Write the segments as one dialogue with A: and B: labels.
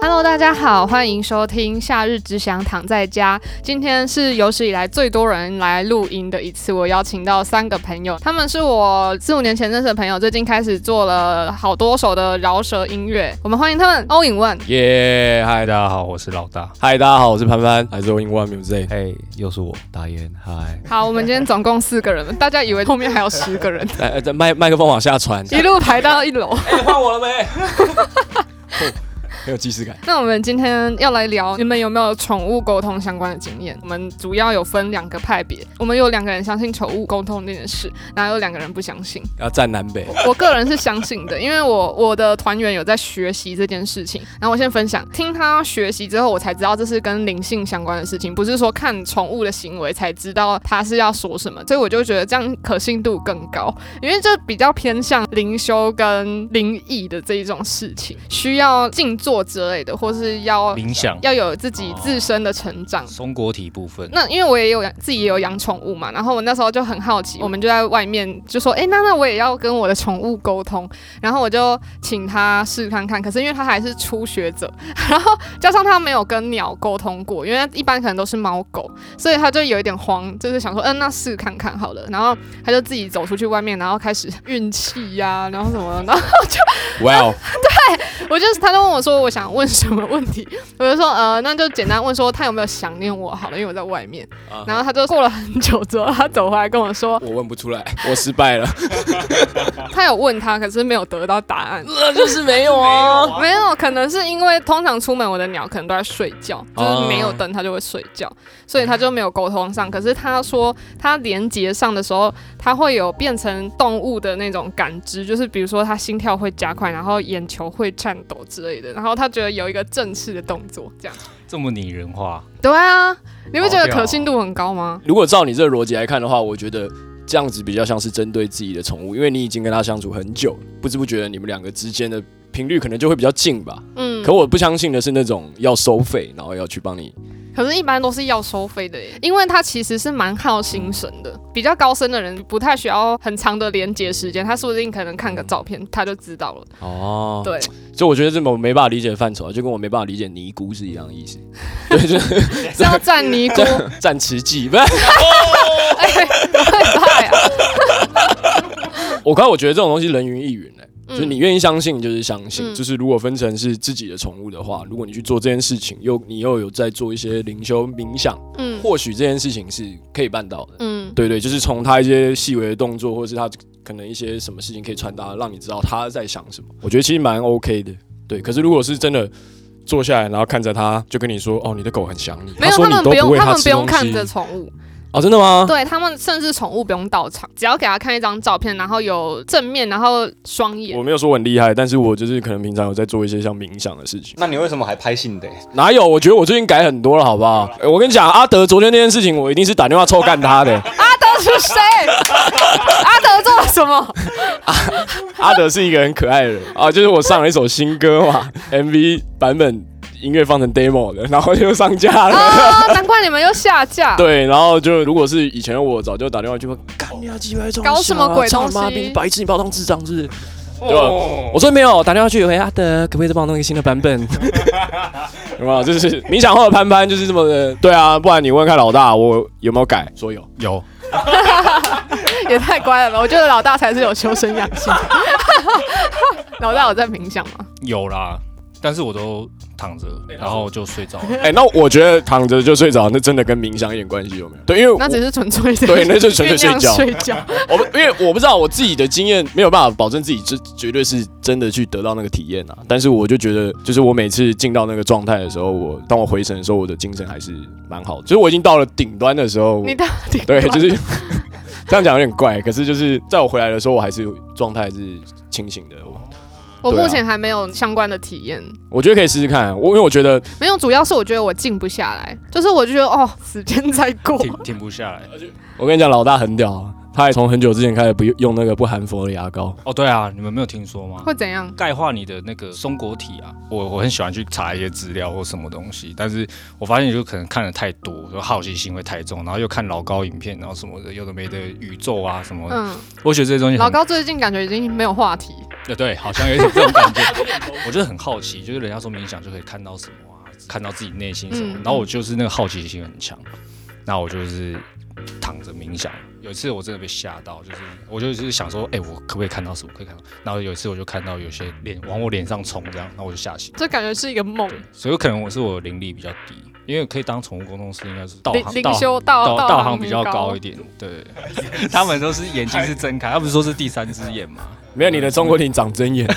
A: Hello，大家好，欢迎收听《夏日只想躺在家》。今天是有史以来最多人来录音的一次，我邀请到三个朋友，他们是我四五年前认识的朋友，最近开始做了好多首的饶舌音乐。我们欢迎他们，All in One。
B: 耶！嗨，大家好，我是老大。
C: 嗨，大家好，我是潘潘，来自 Win One Music。
B: 嘿、又是我大烟。嗨，
A: 好，我们今天总共四个人，大家以为后面还有十个人，
C: 来，呃麦麦克风往下传，
A: 一路排到一楼。
C: 哎，换我了没？很有即视感。
A: 那我们今天要来聊，你们有没有宠物沟通相关的经验？我们主要有分两个派别，我们有两个人相信宠物沟通这件事，然后有两个人不相信。
C: 要站南北，
A: 我个人是相信的，因为我我的团员有在学习这件事情。然后我先分享，听他学习之后，我才知道这是跟灵性相关的事情，不是说看宠物的行为才知道他是要说什么。所以我就觉得这样可信度更高，因为这比较偏向灵修跟灵异的这一种事情，需要静坐之类的，或是要
B: 冥想哦
A: 要有自己自身的成长。
B: 松果体部分。
A: 那因为我也有养自己也有养宠物嘛，然后我那时候就很好奇，我们就在外面就说，哎、那那我也要跟我的宠物沟通，然后我就请他试看看，可是因为他还是初学者，然后加上他没有跟鸟沟通过，因为一般可能都是猫狗，所以他就有一点慌，就是想说，嗯、那试看看好了，然后他就自己走出去外面，然后开始 运气呀，然后什么，然后
C: 哇哦，
A: 我就是他就问我说，我想问什么问题， 我就说，呃，那就简单问说他有没有想念我好了，因为我在外面。然后他就过了很久之后，他走回来跟我 说，
C: 我问不出来，我失败了，
A: 他有问他，可是没有得到答案。
C: 就是没有啊。
A: 没有，可能是因为通常出门我的鸟可能都在睡觉，就是没有灯它就会睡觉，所以它就没有沟通上。可是他说他连接上的时候，它会有变成动物的那种感知，就是比如说它心跳会加快，然后眼球会颤抖之类的，然后他觉得有一个正式的动作这样。
B: 这么拟人化，
A: 对啊，你不觉
B: 好
A: 得
B: 屌哦
A: 可信度很高吗？
C: 如果照你这个逻辑来看的话，我觉得这样子比较像是针对自己的宠物，因为你已经跟它相处很久，不知不觉的你们两个之间的频率可能就会比较近吧。
A: 嗯，
C: 可我不相信的是那种要收费，然后要去帮你
A: 可是，一般都是要收费的耶，因为它其实是蛮耗心神的。比较高深的人不太需要很长的连接时间，他说不定可能看个照片他就知道了。
C: 哦
A: 对，
C: 就我觉得这种没办法理解的范畴啊，就跟我没办法理解尼姑是一样的意思。
A: 哦
C: 对，就是
A: 是要占尼姑，
C: 战战奇迹。不是，
A: 哎，会怕呀？
C: 我刚才我觉得这种东西人云亦云呢、 就是
A: 嗯
C: 你愿意相信就是相信，
A: 嗯
C: 就是如果分成是自己的宠物的话，如果你去做这件事情，又你又有在做一些灵修冥想，
A: 嗯
C: 或许这件事情是可以办到的。
A: 嗯，
C: 对对，就是从他一些细微的动作，或是他可能一些什么事情可以传达，让你知道他在想什么。我觉得其实蛮 OK 的。对，可是如果是真的坐下来，然后看着他，就跟你说：“哦，你的狗很想你。”
A: 没有，
C: 说
A: 他
C: 你
A: 们
C: 都
A: 不用，
C: 喂
A: 他
C: 它
A: 们不
C: 吃
A: 用
C: 东
A: 看
C: 西
A: 着宠物，
C: 哦，真的吗？
A: 对他们甚至宠物不用到场，只要给他看一张照片，然后有正面，然后双眼
C: 我。没有说我很厉害，但是我就是可能平常有在做一些像冥想的事情。
D: 那你为什么还拍信得？
C: 哪有？我觉得我最近改很多了，好不好？欸我跟你讲，阿德昨天那件事情，我一定是打电话臭干他的。
A: 阿德是谁？阿德做了什么？
C: 阿德是一个很可爱的人啊，就是我上了一首新歌嘛，MV 版本音乐放成 demo 的，然后就上架了。
A: 啊，难怪你们又下架。
C: 对，然后就如果是以前的我，早就打电话去问，干你要几百种，
A: 搞什么鬼东西
C: 操你妈逼，白痴，你把我当智障是不是？
B: 对
C: 对吧？我说没有，打电话去喂阿德，可不可以再帮我弄一个新的版本？有没有？就是冥想后的潘潘就是这么的，对啊，不然你问看老大我有没有改？说有，
B: 有
A: 也太乖了吧！我觉得老大才是有修身养性。 老大有在冥想吗？
B: 有啦，但是我都躺着，然后就睡着 了。
C: 哎、那我觉得躺着就睡着，那真的跟冥想一点关系有没有？对，因为我
A: 那只是纯粹的，
C: 对那就是 纯粹睡觉
A: 睡觉。
C: 我不因为我不知道我自己的经验没有办法保证自己这绝对是真的去得到那个体验啊，但是我就觉得，就是我每次进到那个状态的时候，我当我回神的时候，我的精神还是蛮好的，就是我已经到了顶端的时候，
A: 你到底
C: 对，啊就是这样讲有点怪，可是就是在我回来的时候，我还是状态是清醒的。我
A: 我
C: 对啊
A: 目前还没有相关的体验，
C: 我觉得可以试试看，啊我因为我觉得
A: 没有。主要是我觉得我静 不下来，就是我就觉得哦，时间在过，
B: 停停不下来，
C: 我跟你讲，老大很屌啊，他也从很久之前开始不用用那个不含氟的牙膏。
B: 哦，对啊，你们没有听说吗？
A: 会怎样？
B: 钙化你的那个松果体啊，我我很喜欢去查一些资料或什么东西，但是我发现就可能看的太多，就好奇心会太重，然后又看老高影片，然后什么的，有的没的宇宙啊什么的，
C: 哦
A: 嗯，
B: 我觉得这些东西很
A: 老高最近感觉已经没有话题，
B: 呃，对，好像有一点这种感觉。 我就是很好奇，就是人家说冥想就可以看到什么啊，看到自己内心什么。
A: 嗯
B: 然后我就是那个好奇心很强，那我就是躺着冥想。有一次我真的被吓到，就是我就是想说，哎、我可不可以看到什么？可以看到。然后有一次我就看到有些脸往我脸上冲，这样，然后我就吓醒。
A: 这感觉是一个梦
B: 对。，所以可能我是我灵力比较低，因为可以当宠物沟通师，应该是道
A: 灵
B: 行
A: 灵
B: 道行
A: 修道
B: 道道行
A: 行
B: 比较高
A: 高
B: 一，点。对， 他们都是眼睛是睁开，他不是说是第三只眼吗？
C: 没有你的中国挺长针眼，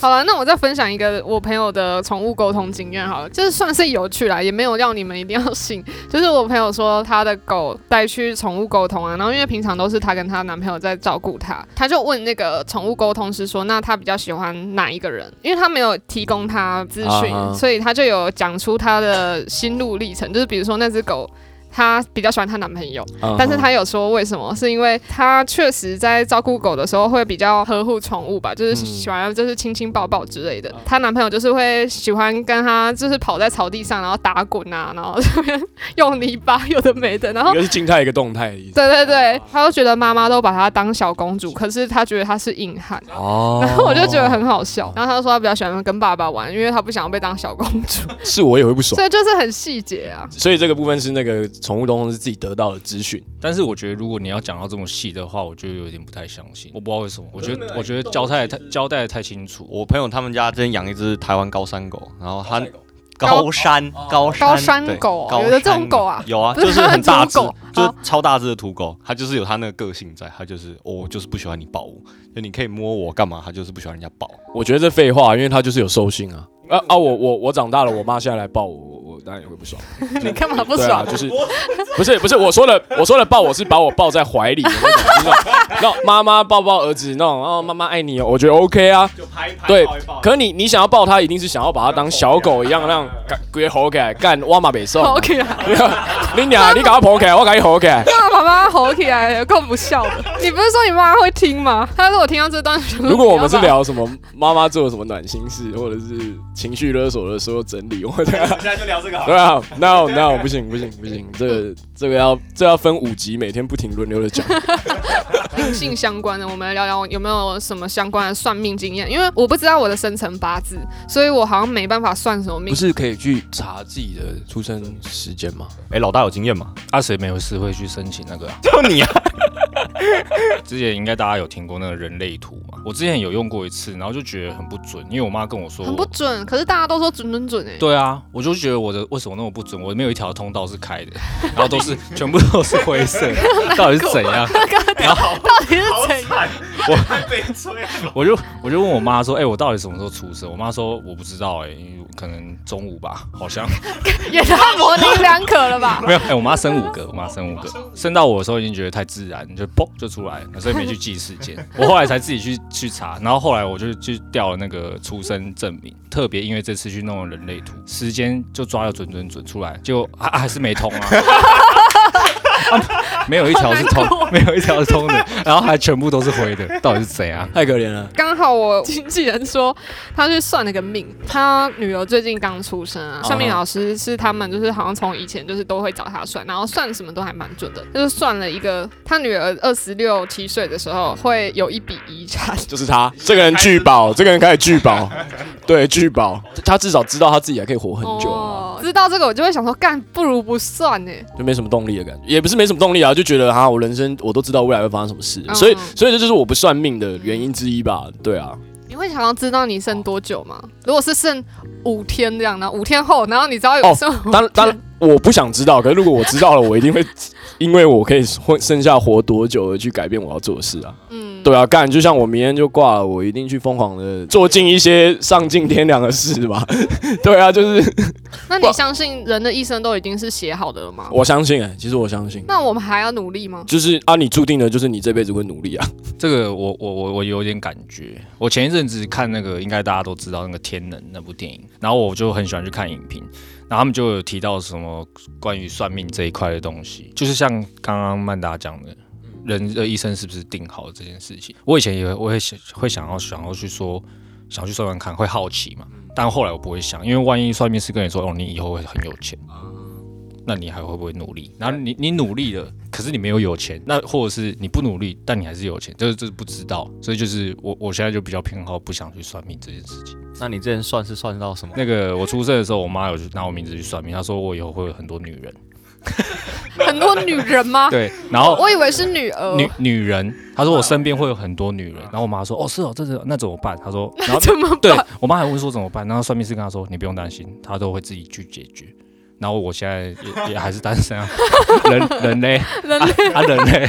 A: 好了，那我再分享一个我朋友的宠物沟通经验好了，就是算是有趣啦，也没有要你们一定要信。就是我朋友说他的狗带去宠物沟通啊，然后因为平常都是她跟她男朋友在照顾她，她就问那个宠物沟通师说，那她比较喜欢哪一个人？因为她没有提供她资讯
C: 啊哈
A: 所以她就有讲出她的心路历程，就是比如说那只狗。她比较喜欢她男朋友，
C: 嗯
A: 但是她有说为什么？是因为她确实在照顾狗的时候会比较呵护宠物吧，就是喜欢就是亲亲抱抱之类的。她、男朋友就是会喜欢跟她就是跑在草地上，然后打滚啊，然后这边 用泥巴有的没的，然后
C: 一。个是静态，一个动态的意思。
A: 对对 对，她就觉得妈妈都把她当小公主，可是她觉得她是硬汉，
C: 哦
A: 然后我就觉得很好笑。然后她说她比较喜欢跟爸爸玩，因为她不想要被当小公主，
C: 是我也会不爽。
A: 所以就是很细节啊。
C: 所以这个部分是那个宠物沟通是自己得到的资讯，
B: 但是我觉得，如果你要讲到这么细的话，我就有点不太相信。我不知道为什么，我觉得
D: 啊
B: 我觉得交代得太交代的太清楚。
D: 我朋友他们家之前养一只台湾高山狗，然后它
A: 高
D: 高山高山
A: 高山
D: 对
A: 狗啊
D: 高哦
A: 有的这种
D: 山
A: 狗啊
D: 有啊，
A: 不是
D: 就是 很大只
A: 土狗，
D: 就是
A: 好
D: 超大只的土狗，它就是有它那个个性在，它就是、哦我就是不喜欢你抱我，就你可以摸我干嘛，它就是不喜欢人家抱。
C: 我觉得这废话，因为它就是有兽性啊。啊啊！我我我长大了，我妈现在来抱我，我我当然也会不 爽。
A: 你干嘛不
C: 对
A: 爽
C: 啊，？就是不是不是我说的，我说的抱我是把我抱在怀里的那种，那种妈妈抱抱儿子那种，哦妈妈爱你哦，我觉得 OK 啊。
D: 就拍拍
C: 对抱可你你想要抱它，一定是想要把它当小狗一样，那样干给吼起来，干挖马北兽。
A: 吼起来，
C: 你俩你赶快吼起来，我赶快吼起来。
A: 干嘛把妈妈吼起来了？够不孝的！你不是说你妈妈会听吗？她如果听到这段，
C: 如果我们是聊什么妈妈做了什么暖心事，或者是情绪勒索的时候整理，我的。
D: 哎现在就聊这个好。
C: 对啊，no no，不行不行不行，这个这个要这要分五集，每天不停轮流的讲。
A: 灵性相关的，我们来聊聊有没有什么相关的算命经验？因为我不知道我的生辰八字，所以我好像没办法算什么命。
C: 是可以去查自己的出生时间吗？
D: 哎，老大有经验吗？
B: 阿谁没有事会去申请那 个、啊？
D: 就你啊，
B: 之前应该大家有听过那个人类图嘛？我之前有用过一次，然后就觉得很不准，因为我妈跟我说
A: 很不准，可是大家都说准准准哎、
B: 对啊，我就觉得我的为什么那么不准？我没有一条通道是开的， 然后都是全部都是灰 色，到底是怎样？然后
A: 到底是怎样？
B: 我就我就问我妈说：“哎、我到底什么时候出生？”我妈说：“我不知道、哎，可能中午吧，好像。”
A: 也太模棱两可了吧？
B: 没有，哎、我妈生五个，我妈生五个，生到我的时候已经觉得太自然，就嘣就出来了，所以没去记时间。我后来才自己去去查，然后后来我就去调了那个出生证明，特别因为这次去弄了人类图，时间就抓的准准准出来，就还、啊、还是没通啊。 啊没有一条是通
A: 好难过，
B: 没有一条是通的，然后还全部都是灰的，到底是怎样？
C: 太可怜了。
A: 刚好我 经纪人说，他去算了个命，他女儿最近刚出生
C: 哦
A: 啊。算命老师是他们，就是好像从以前就是都会找他算，然后算什么都还蛮准的。就是算了一个，他女儿二十六七岁的时候会有一笔遗产，
C: 就是他，这个人聚宝，这个人开始聚 宝，对，聚宝，他至少知道他自己还可以活很久，啊
A: 哦、 知道这个我就会想说，干不如不算欸呢、
C: 就没什么动力的感觉，也不是没什么动力啊，就觉得哈，我人生我都知道未来会发生什么事，
A: 嗯
C: 所以，所以这就是我不算命的原因之一吧，对啊，
A: 你会想要知道你剩多久吗？如果是剩五天这样呢？五天后，然后你知道有
C: 哦
A: 剩 五
C: 当当然我不想知道，可是如果我 知道了，我一定会，因为我可以活剩下活多久而去改变我要做的事啊，
A: 嗯，
C: 对啊，干，就像我明天就挂了，我一定去疯狂的做尽一些丧尽天良的事吧。 对啊，就是
A: 那你相信人的一生都已经是写好的了吗？
C: 我相信哎、其实我相信，
A: 那我们还要努力吗？
C: 就是啊，你注定的就是你这辈子会努力啊。
B: 这个我我我我有点感觉。我前一阵子看那个，应该大家都知道那个《天能》那部电影，然后我就很喜欢去看影评，然后他们就有提到什么关于算命这一块的东西，就是像刚刚曼达讲的，人的一生是不是定好这件事情。我以前也我也想会想要想要去说，想要去算算看，会好奇嘛。但后来我不会想，因为万一算命师跟你说哦，你以后会很有钱，那你还会不会努力？然后你你努力了，可是你没有有钱，那或者是你不努力，但你还是有钱，这这是不知道。所以就是我我现在就比较偏好不想去算命这件事情。
D: 那你之前算是算到什么？
B: 那个我出生的时候，我妈有去拿我名字去算命，她说我以后会有很多女人，
A: 很多女人吗？
B: 对，然
C: 哦
B: 后
A: 啊我以为是女儿，
B: 女女人，她说我身边会有很多女人，然后我妈说哦是哦，这是那怎么办？她说， 然后
A: 怎么
B: 对
A: 办？
B: 我妈还问说怎么办，然后算命师跟她说你不用担心，她都会自己去解决。然后我现在也也还是单身啊，人人类
A: 人
B: 啊啊人类，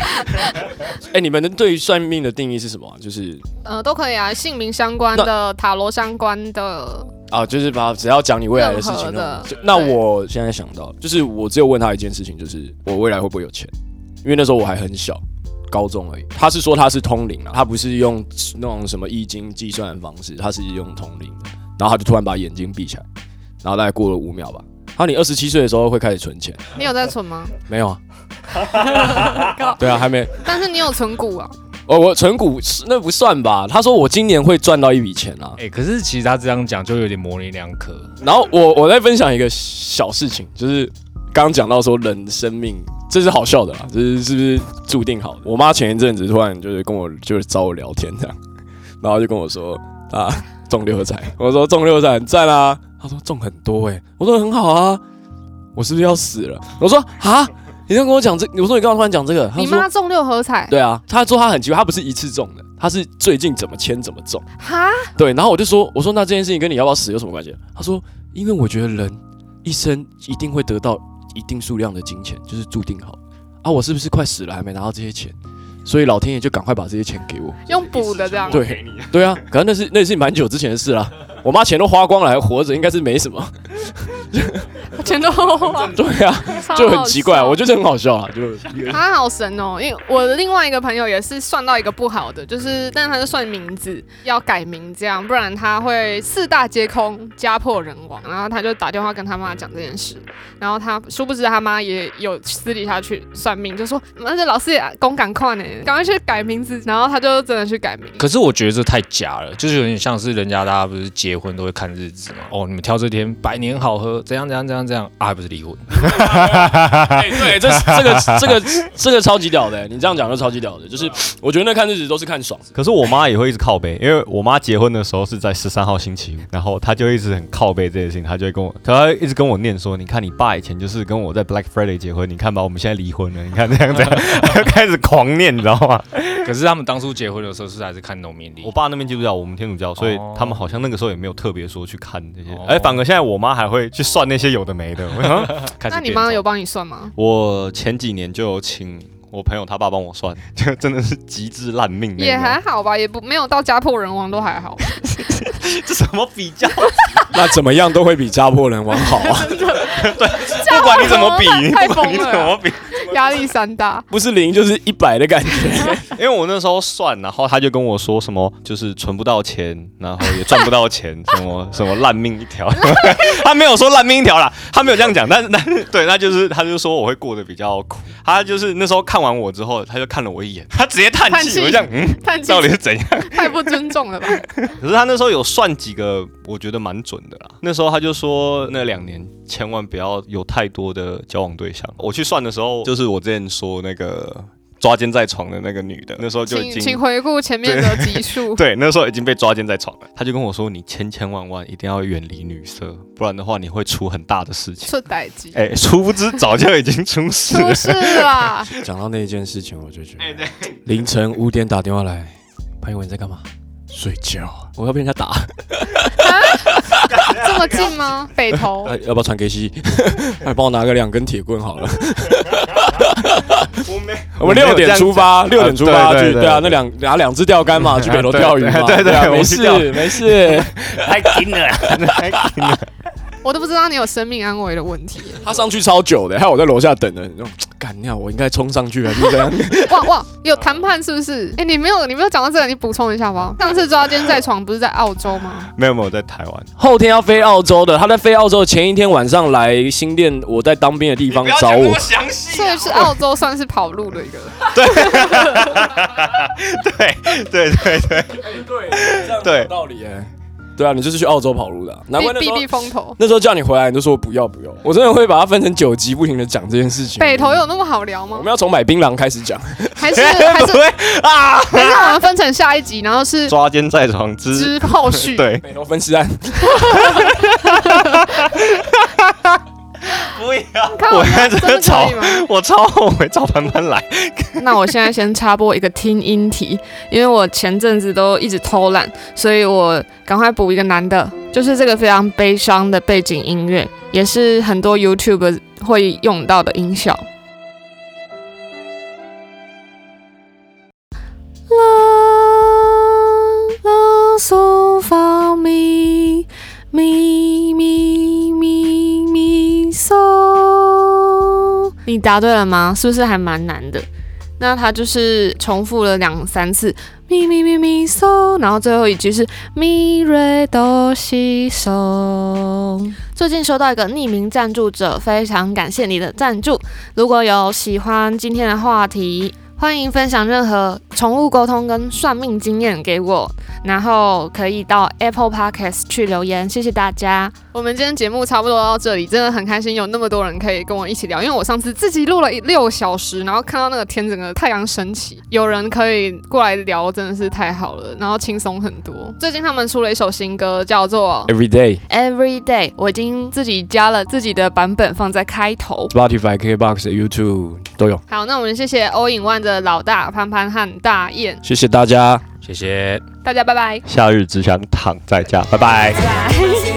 C: 哎、你们的对于算命的定义是什么啊？就是
A: 呃，都可以啊，姓名相关的、塔罗相关的，
C: 啊，就是把只要讲你未来的事情
A: 任何的
C: 就那
A: 对
C: 我现在想到，就是我只有问他一件事情，就是我未来会不会有钱？因为那时候我还很小，高中而已。他是说他是通灵啊，他不是用那种什么易经计算的方式，他是用通灵的。然后他就突然把眼睛闭起来，然后大概过了五秒吧。他说你二十七岁的时候会开始存钱？
A: 你有在存吗？
C: 没 有啊？对啊，还没。
A: 但是你有存股啊？
C: 哦，我存股那不算吧？他说我今年会赚到一笔钱啊。
B: 哎、可是其实他这样讲就有点模棱两可。
C: 然后我我再分享一个小事情，就是刚刚讲到说人的生命，这是好笑的啊啦，这是是不是注定好的？我妈前一阵子突然就是跟我就是找我聊天这样，然后就跟我说啊中六合彩，我说中六合彩很赞啊，她说中很多哎、我说很好啊，我是不是要死了？我说啊，你这样跟我讲这，我说你刚刚突然讲这个，她
A: 你
C: 说
A: 妈中六合彩？
C: 对啊，她说她很奇怪，她不是一次中的，她是最近怎么签怎么中。
A: 哈？
C: 对，然后我就说，我说那这件事情跟你要不要死有什么关系？他说，因为我觉得人一生一定会得到一定数量的金钱，就是注定好啊。我是不是快死了还没拿到这些钱？所以老天爷就赶快把这些钱给我。
A: 用补的这样？
C: 对
D: 给你
C: 对啊，可是那是那是蛮久之前的事啦。我妈钱都花光了，还活着，应该是没什么。
A: 全都花
C: 对啊， 就很奇怪，我觉得很好笑啊。就
A: 他好神哦，因为我的另外一个朋友也是算到一个不好的，就是但是他就算名字要改名这样，不然他会四大皆空，家破人亡。然后他就打电话跟他妈讲这件事，然后他殊不知他妈也有私底下去算命，就说而且老师也公赶快呢，赶快去改名字。然后他就真的去改名，
B: 可是我觉得这太假了，就是有点像是人家大家不是结婚都会看日子嘛？哦，你们挑这天百年好合，怎样怎样怎样怎样啊，还不是离婚？
C: 哎、对，这这个这个这个超级屌的、欸你这样讲就超级屌的。就是我觉得那看日子都是看爽。
D: 可是我妈也会一直靠背，因为我妈结婚的时候是在十三号星期五，然后她就一直很靠背这件事情，她就会跟我，她一直跟我念说，你看你爸以前就是跟我在 Black Friday 结婚，你看吧，我们现在离婚了，你看这样这样，她就 开始狂念，你知道吗？
B: 可是他们当初结婚的时候是还是看农民历
D: 我，爸那边基督教，我们天主教，所以
B: 哦
D: 他们好像那个时候也没有特别说去看这些
B: 哦，
D: 哎，反而现在我妈还会去算那些有的没的。我想说
B: 开始
A: 那你
B: 变
A: 妈
B: 动
A: 有帮你算吗？
D: 我前几年就有请我朋友他爸帮我算， 就真的是极致烂命那种，
A: 也还好吧，也不没有到家破人亡都还好。
D: 这什么比较？
C: 那怎么样都会比家破人亡好啊？
D: 不管你怎么比，
A: 太
D: 不管
A: 疯
D: 你怎
A: 了
D: 么
A: 啊，
D: 比，
A: 压力山大。
C: 不是零就是一百的感觉。
D: 因为我那时候算，然后他就跟我说什么，就是存不到钱，然后也赚不到钱，什么什么烂命一条。 他没有说烂命一条啦，他没有这样讲，但是但是对，那就是他就说我会过得比较苦。他就是那时候看完我之后，他就看了我一眼，他直接叹
A: 叹
D: 气，
A: 气
D: 我就想嗯，
A: 叹气
D: 到底是怎样？
A: 太不尊重了吧？
D: 可是他那时候有算几个，我觉得蛮准的啦。那时候他就说，那两年千万不要有太多的交往对象。我去算的时候，就是我之前说那个抓奸在床的那个女的，那时候就已
A: 请
D: 经
A: 请回顾前面的集数。
D: 对，那时候已经被抓奸在床了。他就跟我说：“你千千万万一定要远离女色，不然的话你会出很大的事 情。
A: 出代机，
D: 哎，殊不知早就已经出事
A: 出
D: 了。
A: 事啦！
C: 讲到那件事情，我就觉
D: 哎
C: 得凌晨五点打电话来，朋友你在干嘛？睡觉，我要被人家打。
A: 这么近吗？北投
C: 哎，
D: 哦
C: 要不要传给 西？哎，帮我拿个两根铁棍好了。
D: 我没，
C: 我们六点出发，六点出发
D: 对对
C: 去，
D: 对
C: 对啊，那
D: 对
C: 两拿两只钓竿 嘛，去北头钓鱼嘛，
D: 对对对
C: 啊
D: 我
C: 没
D: 们去钓
C: 事没事。
D: 太硬了，太硬了。
A: 我都不知道你有生命安危的问题。
C: 他上去超久的，害我在楼下等了，那种干尿，我应该冲上去还是这 样？
A: 哇哇，有谈判是不是？哎、你没有，你没有讲到这个，你补充一下吧。上次抓奸在床不是在澳洲 吗？
D: 没有没有，在台湾。
C: 后天要飞澳洲的，他在飞澳洲的前一天晚上来新店，我在当兵的地方找我。
D: 详细
A: 所以是澳洲算是跑路的一个。
D: 对对对对，
C: 对，
D: 这样有
C: 道理哎、对啊，你就是去澳洲跑路的啊、难怪那
A: 避
C: 时候
A: 避避风 头。
C: 那时候叫你回来，你就说不要不要，我真的会把它分成九集，不停的讲这件事情。
A: 北投有那么好聊
C: 我
A: 吗
C: 们？要从买槟榔开始讲，
A: 还是还
D: 不
A: 是
D: 会啊！
A: 还是我们分成下一集，然后是
D: 抓奸在床之
A: 之后续。
D: 对，
C: 北投分尸案，
D: 不要
A: 看
D: 我
A: 们
D: 现在
A: 真
D: 真
A: 的
D: 的
A: 可
D: 超
A: 以吗？
D: 我超后悔找潘潘来，
A: 那我现在先插播一个听音题，因为我前阵子都一直偷懒，所以我赶快补一个男的，就是这个非常悲伤的背景音乐，也是很多 YouTube 会用到的音效。啦啦嗦发咪咪咪咪咪嗦，你答对了吗？是不是还蛮难的？那它就是重复了两三次，咪咪咪咪嗦，然后最后一句是咪瑞哆西嗦。最近收到一个匿名赞助者，非常感谢你的赞助。如果有喜欢今天的话题，欢迎分享任何宠物沟通跟算命经验给我，然后可以到 Apple Podcast 去留言，谢谢大家。我们今天节目差不多到这里，真的很开心有那么多人可以跟我一起聊，因为我上次自己录了一六小时，然后看到那个天整个太阳升起，有人可以过来聊，真的是太好了，然后轻松很多。最近他们出了一首新歌，叫做
C: Every Day、
A: Every Day，我已经自己加了自己的版本放在开头。
C: Spotify、KBox、YouTube 都有。
A: 好，那我们谢谢欧影万的老大潘潘和大雁，
C: 谢谢大家。
B: 谢谢。
A: 大家拜拜。
D: 夏日只想躺在家，拜拜。
E: 拜。
C: 哦